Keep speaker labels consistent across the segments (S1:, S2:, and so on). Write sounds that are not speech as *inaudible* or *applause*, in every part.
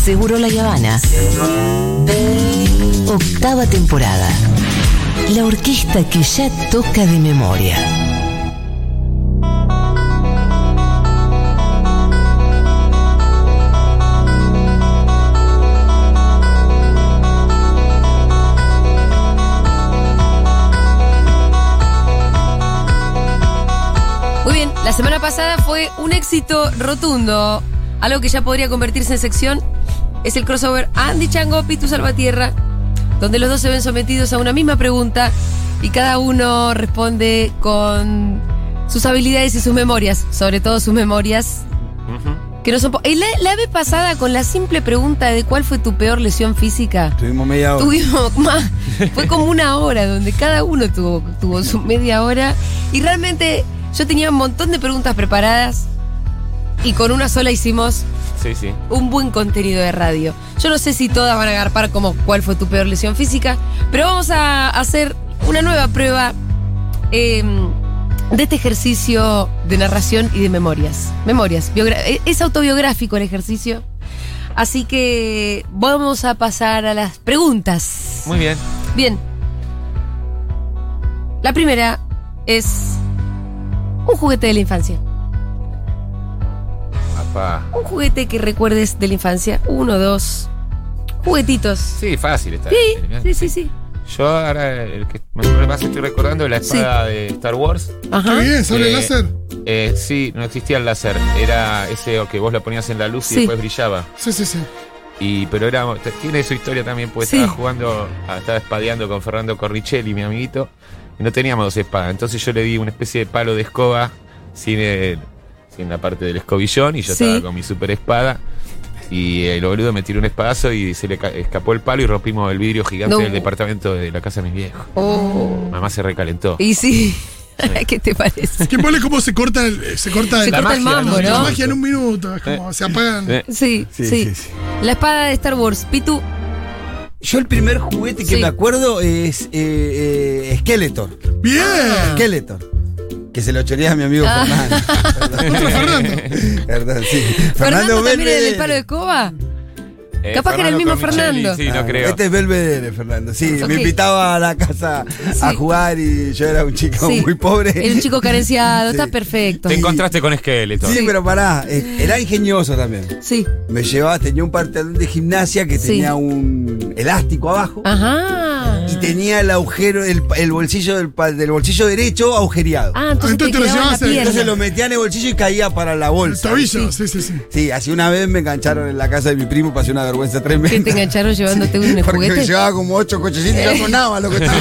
S1: Seguro La Habana. Octava temporada. La orquesta que ya toca de memoria.
S2: Muy bien, la semana pasada fue un éxito rotundo. Algo que ya podría convertirse en sección es el crossover Andy Chango Pitu Salvatierra, donde los dos se ven sometidos a una misma pregunta y cada uno responde con sus habilidades y sus memorias, sobre todo sus memorias. Que no son po- Y la, la vez pasada, con la simple pregunta de cuál fue tu peor lesión física,
S3: Tuvimos media hora.
S2: Tuvimos más. Fue como una hora donde cada uno tuvo, tuvo su media hora. Y realmente yo tenía un montón de preguntas preparadas. Y con una sola hicimos
S4: Sí, sí.
S2: un buen contenido de radio. Yo no sé si todas van a agarpar como cuál fue tu peor lesión física. Pero vamos a hacer una nueva prueba eh, de este ejercicio de narración y de memorias. Memorias. biogra- eh, Es autobiográfico el ejercicio. Así que vamos a pasar a las preguntas.
S4: Muy bien.
S2: Bien. La primera es un juguete de la infancia.
S4: Papá.
S2: Un juguete que recuerdes de la infancia. Uno, dos. Juguetitos.
S4: Sí, fácil está.
S2: Sí, sí, sí, sí.
S4: Yo ahora el que más estoy recordando es la espada de Star Wars.
S2: Ajá.
S5: bien, sable
S4: Eh,
S5: láser.
S4: Eh, sí, no existía el láser. Era ese que vos la ponías en la luz
S2: Sí.
S4: y después brillaba.
S5: Sí, sí, sí.
S4: Y, pero era, tiene su historia también, porque
S2: Sí.
S4: estaba jugando, ah, estaba espadeando con Fernando Corricelli, mi amiguito, y no teníamos dos espadas. Entonces yo le di una especie de palo de escoba sin, el- sin la parte del escobillón, y yo
S2: Sí.
S4: estaba con mi super espada. Y eh, el boludo me tiró un espadazo y se le ca- escapó el palo y rompimos el vidrio gigante
S2: No.
S4: del departamento de la casa de mis viejos.
S2: Oh.
S4: Mamá se recalentó.
S2: Y sí. *laughs* ¿Qué te parece?
S5: Que ponle cómo se corta el, eh, se corta
S2: Se
S5: el-
S2: corta el
S4: magia,
S2: mambo,
S5: la
S2: ¿no?
S5: magia en un minuto. Es como se apagan.
S4: Eh,
S2: Sí, sí, La espada de Star Wars. Pitu.
S3: Yo el primer juguete que
S2: Sí.
S3: me acuerdo es eh, eh, Skeletor.
S5: Bien.
S3: Skeletor. Que se lo choreé a mi amigo
S2: Ah. *laughs*
S3: Fernando.
S5: Otro Fernando.
S3: Perdón, sí.
S2: Fernando, también
S3: Belvedere.
S2: era del palo de
S3: *laughs*
S2: escoba.
S4: eh,
S2: Capaz que era el mismo Fernando.
S4: Sí,
S3: Ah,
S4: no creo.
S3: Este es Belvedere, Fernando. Sí,
S2: Ok.
S3: me invitaba a la casa a
S2: Sí.
S3: jugar y yo era un chico
S2: Sí.
S3: muy pobre.
S2: Era un chico carenciado.
S3: Sí.
S2: Está perfecto.
S4: Te encontraste con Skeletor.
S3: *laughs* Sí,
S2: Sí.
S3: pero pará, eh, era ingenioso también.
S2: Sí.
S3: Me llevaba, tenía un pantalón de gimnasia que
S2: Sí. Ah.
S3: tenía un elástico abajo.
S2: Ajá.
S3: Y tenía el agujero, el, el bolsillo del, pa- del bolsillo derecho agujereado.
S2: Ah, entonces,
S5: Entonces
S2: te
S5: te lo
S2: quedaba en la
S5: llevabas en-
S2: pierna.
S3: Entonces lo metía en el bolsillo y caía para la
S5: El
S3: bolsa.
S5: tobillo. Sí, sí, sí.
S3: Sí, así una vez me engancharon en la casa de mi primo, pasé una vergüenza tremenda.
S2: ¿Qué te engancharon llevándote un
S3: *laughs* Porque
S2: juguete?
S3: llevaba como ocho cochecitos
S2: *laughs*
S3: y no sonaba lo que estaba.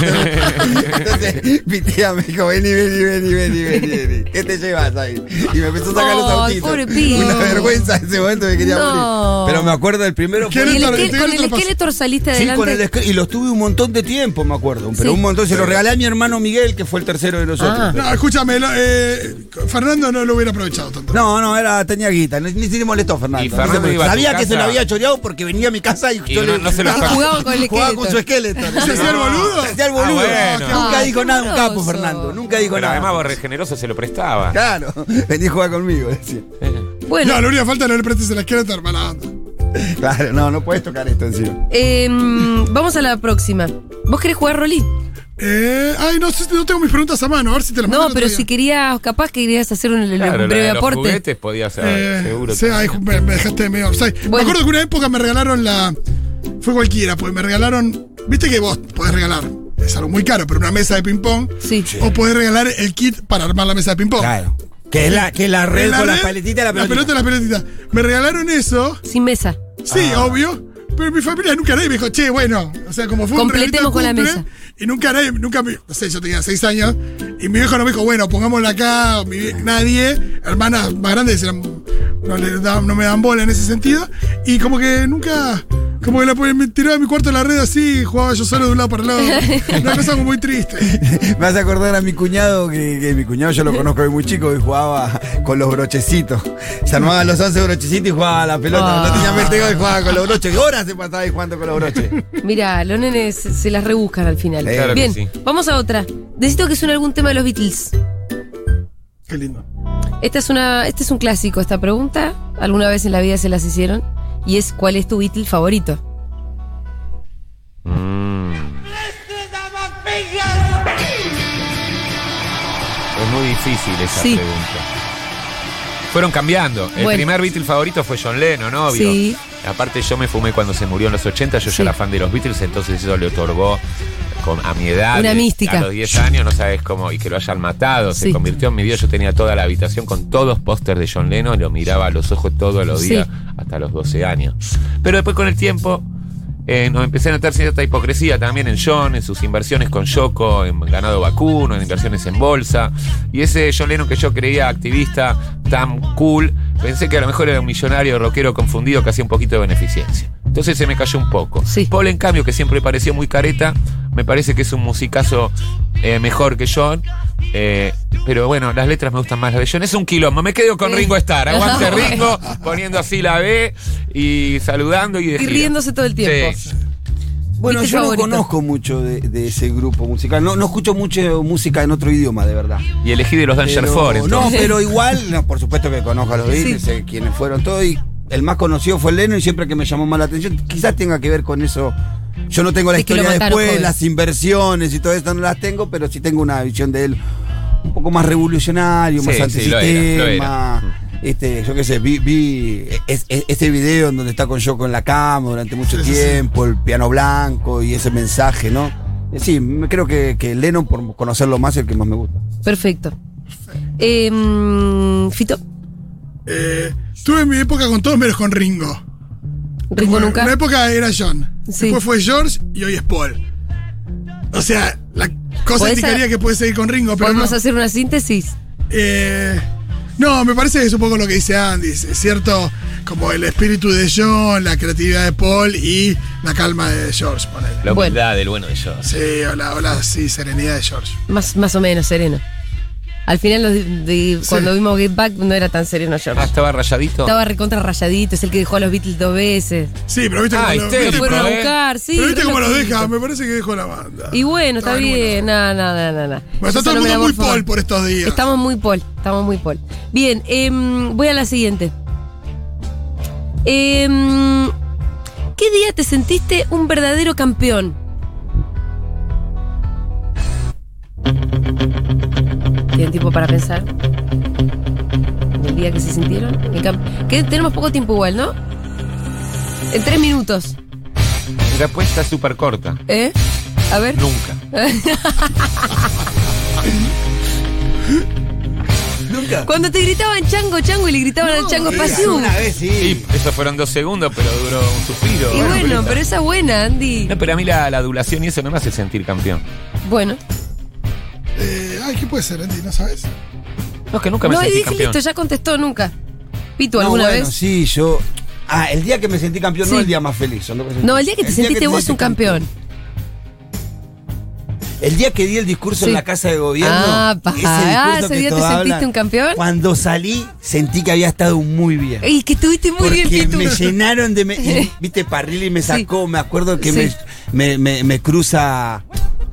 S3: Entonces, mi tía me dijo, vení, vení, vení, vení, vení, vení. ¿Qué te llevas ahí? Y me empezó a sacar los
S2: Ay,
S3: autitos.
S2: pobre pibe.
S3: Una vergüenza en ese momento me quería
S2: No.
S3: morir. Pero me acuerdo del primero.
S5: ¿Qué
S3: fue-
S2: Y el
S5: Skeletor,
S2: esquel-
S5: te digo
S2: con
S5: que te
S2: el
S5: lo paso.
S2: esqueletor saliste
S3: Sí,
S2: adelante.
S3: con el esque- y los tuve un montón de tiempo, me acuerdo. Pero
S2: Sí.
S3: un montón. Se los regalé a mi hermano Miguel, que fue el tercero de nosotros.
S2: Ah.
S5: No, escúchame. lo- eh, Fernando no lo hubiera aprovechado tanto.
S3: No, no, era, tenía guita, ni, ni se le molestó Fernando.
S4: Y
S3: No se
S4: Fernando
S3: molestó.
S4: iba a tu
S3: Sabía que se lo
S4: casa.
S3: había choreado porque venía a mi casa y,
S4: Y no- no se lo
S3: *laughs* jugaba
S4: sacaba.
S2: Jugaba con el
S3: Jugaba con su esqueleto.
S5: ¿Se hacía el boludo?
S3: Se hacía el boludo.
S4: Ah, bueno.
S3: Nunca
S2: Ah,
S3: dijo
S2: qué
S3: nada, un capo
S2: amoroso.
S3: Fernando. Nunca dijo
S4: Pero
S3: nada.
S4: además, vos re generoso se lo prestaba.
S3: Claro, *laughs* vení a jugar conmigo, decía.
S2: Bueno,
S5: No, la única falta es no le prestes el esqueleto, hermana.
S3: Claro, no, no puedes tocar esto encima.
S2: em, vamos a la próxima. ¿Vos querés jugar Rolí?
S5: Eh, ay, no, sé, no tengo mis preguntas a mano. A ver si te las mando
S2: No,
S5: otro
S2: pero
S5: día.
S2: si querías, capaz que querías hacer un, un
S4: Claro, la
S2: breve
S4: de
S2: aporte.
S4: Los juguetes podía ser,
S3: Ah,
S5: Eh,
S4: seguro.
S5: sí, ahí me, me dejaste medio offside. Me
S2: Bueno.
S5: acuerdo que una época me regalaron la. Fue cualquiera, pues me regalaron. Viste que vos podés regalar. Es algo muy caro, pero una mesa de ping-pong.
S2: Sí.
S5: O podés regalar el kit para armar la mesa de ping-pong.
S3: Claro. Que es la, que es la red
S5: La
S3: con las
S5: red,
S3: paletitas y
S5: La
S3: la
S5: pelota
S3: pelota.
S5: y las pelotitas. Me regalaron eso.
S2: Sin mesa.
S5: Sí,
S2: Ah.
S5: obvio. Pero mi familia nunca nadie me dijo, che, bueno, o sea, como fue un
S2: Completemos
S5: regalito de
S2: con la
S5: cumple,
S2: mesa.
S5: Y nunca nadie, nunca me, no sé, yo tenía seis años, y mi viejo no me dijo, bueno, pongámosla acá, o mi vie- nadie, hermanas más grandes eran- no, le daban- no me dan bola en ese sentido, y como que nunca, como que la, pon- me tiraba de mi cuarto en la red así, y jugaba yo solo de un lado para el lado,
S2: *laughs*
S5: una cosa como muy triste.
S3: *laughs* Me vas a acordar a mi cuñado, que, que mi cuñado yo lo conozco de muy chico y jugaba con los brochecitos. Se armaban los 11 brochecitos y jugaba a la pelota.
S2: Ah.
S3: No tenía mentego y jugaba con los broches. Horas se pasaba ahí jugando con los broches.
S2: Mira, los nenes se, se las rebuscan al final.
S3: Claro
S4: que
S2: Bien,
S4: sí.
S2: vamos a otra. Necesito que suene algún tema de los Beatles.
S5: Qué lindo.
S2: Esta es una, este es un clásico, esta pregunta. ¿Alguna vez en la vida se las hicieron? y es cuál es tu Beatle favorito.
S4: Mm. Es muy difícil esa
S2: Sí.
S4: pregunta. Fueron cambiando. El
S2: Bueno.
S4: primer Beatle favorito fue John Lennon, obvio.
S2: Sí.
S4: Aparte yo me fumé cuando se murió en los 80, yo
S2: Sí.
S4: ya era fan de los Beatles, entonces eso le otorgó con, a mi edad,
S2: Una
S4: eh,
S2: mística.
S4: a los 10 años, no sabes cómo, y que lo hayan matado, se
S2: Sí.
S4: convirtió en mi vida, yo tenía toda la habitación con todos pósters de John Lennon, lo miraba a los ojos todos los
S2: Sí.
S4: días hasta los 12 años. Pero después con el tiempo eh, nos empecé a notar cierta hipocresía también en John, en sus inversiones con Yoko, en ganado vacuno, en inversiones en bolsa. Y ese John Lennon que yo creía activista, tan cool, pensé que a lo mejor era un millonario rockero confundido que hacía un poquito de beneficencia. Entonces se me cayó un poco.
S2: Sí.
S4: Paul, en cambio, que siempre pareció muy careta, me parece que es un musicazo eh, mejor que John. eh, pero bueno, las letras me gustan más las de John. Es un quilombo. Me quedo con
S2: Sí.
S4: Ringo
S2: *laughs*
S4: Starr. Aguante
S2: No.
S4: Ringo, *laughs* poniendo así la B y saludando y de
S2: Y
S4: gira.
S2: riéndose todo el tiempo.
S4: Sí.
S3: Bueno,
S2: Beatles
S3: yo no
S2: favorito.
S3: conozco mucho de, de ese grupo musical. No, no escucho mucho música en otro idioma, de verdad.
S4: Y elegí de los Danger
S3: Pero-
S4: Four.
S3: no,
S4: entonces.
S3: pero igual, no, por supuesto que conozco a los Beatles,
S2: Sí.
S3: eh, quienes fueron todos, y el más conocido fue Lennon, y siempre que me llamó más la atención, quizás tenga que ver con eso. Yo no tengo la
S2: De que lo
S3: historia
S2: mataron
S3: después,
S2: joven.
S3: las inversiones y todo esto no las tengo, pero sí tengo una visión de él un poco más revolucionario, más
S4: Sí, sí, lo
S3: antisistema.
S4: era, lo era.
S3: Este, yo qué sé, vi, vi es- es- ese video en donde está con yo con la cama durante mucho
S5: Sí, sí, sí.
S3: tiempo, el piano blanco y ese mensaje, ¿no? Eh, Sí, me- creo que, que Lennon, por conocerlo más, es el que más me gusta.
S2: Perfecto. Eh, mm, Fito,
S5: Eh, tuve mi época con todos menos con Ringo.
S2: Ringo
S5: Bueno,
S2: nunca.
S5: Una época era John.
S2: Sí.
S5: Después fue George y hoy es Paul. O sea, la cosa
S2: Podés
S5: indicaría
S2: a-
S5: que puede seguir con Ringo, pero no.
S2: ¿Podemos hacer una síntesis?
S5: Eh, no, me parece que es un poco lo que dice Andy. Es cierto, como el espíritu de John, la creatividad de Paul y la calma de George, ponele.
S4: La humildad del bueno de ellos.
S5: Sí, hola, hola, sí, serenidad de George.
S2: Más, más o menos sereno. Al final, los de- de-
S5: Sí.
S2: cuando vimos Get Back, no era tan sereno
S4: Ah, *laughs*
S2: George.
S4: estaba rayadito.
S2: Estaba recontra rayadito, es el que dejó a los Beatles dos veces.
S5: Sí, pero viste
S4: Ah,
S5: cómo lo-
S2: Lo
S4: histérico,
S5: viste-
S2: fueron a
S4: pero, ¿eh?
S2: buscar, sí.
S5: pero viste
S2: re
S5: cómo lo
S2: loquito.
S5: deja, me parece que dejó la banda.
S2: Y bueno, está
S5: Estaba en
S2: bien, nada, nada, nada, nada.
S5: Bueno, está todo el mundo muy Paul por estos días.
S2: Estamos muy Paul, estamos muy Paul. Bien, em, voy a la siguiente. Em, ¿Qué día te sentiste un verdadero campeón? ¿Tienen tiempo para pensar? ¿El día que se sintieron? En cam- Que tenemos poco tiempo igual, ¿no? En tres minutos,
S4: Respuesta súper corta.
S2: ¿eh? A ver.
S4: Nunca.
S3: Nunca.
S2: Cuando te gritaban chango, chango y le gritaban al chango pasivo.
S3: Una vez sí.
S4: Y esos fueron dos segundos, pero duró un suspiro.
S2: Y bueno,
S4: Una
S2: pero esa es buena, Andy.
S4: No, pero a mí la, la adulación y eso no me hace sentir campeón.
S2: Bueno.
S5: Eh, ay, ¿qué puede ser, Andy? ¿No sabes?
S4: No, es que nunca me
S2: No, y
S4: sentí
S2: dije
S4: campeón.
S2: listo, ya contestó nunca. Pitu,
S3: No,
S2: ¿alguna
S3: bueno,
S2: vez?
S3: Sí, yo. Ah, el día que me sentí campeón,
S2: Sí.
S3: no el día más feliz. son dos cosas
S2: No, el día que te
S3: distintas.
S2: sentiste
S3: te
S2: vos
S3: sentí
S2: un campeón.
S3: El día que di el discurso
S2: Sí.
S3: en la casa de gobierno.
S2: Ah, pa,
S3: discurso
S2: ah, ese
S3: que
S2: día te
S3: todos
S2: sentiste un campeón.
S3: Cuando salí, sentí que había estado muy bien.
S2: Y que estuviste muy
S3: porque
S2: bien, Pitu.
S3: me llenaron de... me- y, Viste, Parrilli me sacó, me acuerdo que
S2: Sí.
S3: me, me, me- me cruza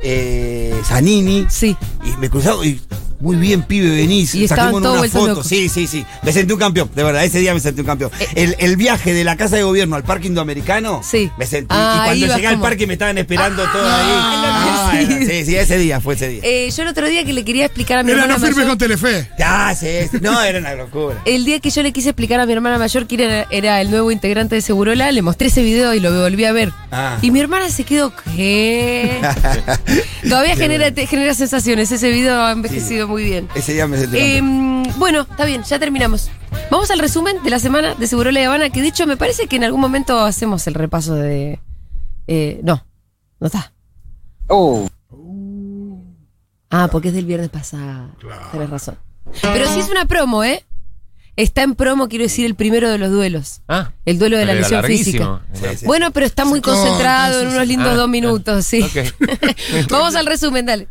S3: eh, Zanini.
S2: Sí.
S3: Y me cruzaba y... Muy bien, pibe, venís.
S2: Y estaban
S3: Saquémonos
S2: todos
S3: una
S2: vueltos
S3: foto.
S2: locos. Eh.
S3: Sí, sí, sí. Me sentí un campeón, de verdad. Ese día me sentí un campeón. El, el viaje de la Casa de Gobierno al Parque Indoamericano.
S2: Sí.
S3: Me sentí.
S2: Ah,
S3: y cuando
S2: ibas
S3: llegué al
S2: como-
S3: parque me estaban esperando todos
S2: Ah,
S3: ahí. Ah,
S2: enloquecido.
S3: sí, sí, ese día fue ese día.
S2: Eh, yo el otro día que le quería explicar a mi
S5: Era
S2: hermana
S5: no firme
S2: mayor-
S5: con Telefe.
S3: Ah, sí, sí. No, era una locura.
S2: El día que yo le quise explicar a mi hermana mayor que era, era el nuevo integrante de Segurola, le mostré ese video y lo volví a ver.
S3: Ah.
S2: Y mi hermana se quedó,
S3: *laughs*
S2: ¿qué? Todavía genera, te- genera sensaciones. Ese video ha envejecido muy bien.
S3: Ese día me sentí.
S2: Eh,
S3: campeón.
S2: bueno, está bien, ya terminamos. Vamos al resumen de la semana de Seguro La Habana, que de hecho me parece que en algún momento hacemos el repaso de. eh, no, no está.
S4: Oh.
S2: Ah, porque es del viernes pasado. Tenés razón. Pero sí es una promo, ¿eh? Está en promo, quiero decir, el primero de los duelos.
S4: Ah.
S2: El duelo de la
S4: Pero era
S2: lesión
S4: larguísimo.
S2: física.
S4: Era-
S3: Sí.
S2: Bueno, pero está muy
S5: corta,
S2: concentrado
S5: sí,
S2: en
S5: sí.
S2: unos lindos
S4: Ah,
S2: dos
S4: ah,
S2: minutos, sí. *laughs*
S4: ok.
S2: Vamos al resumen, dale.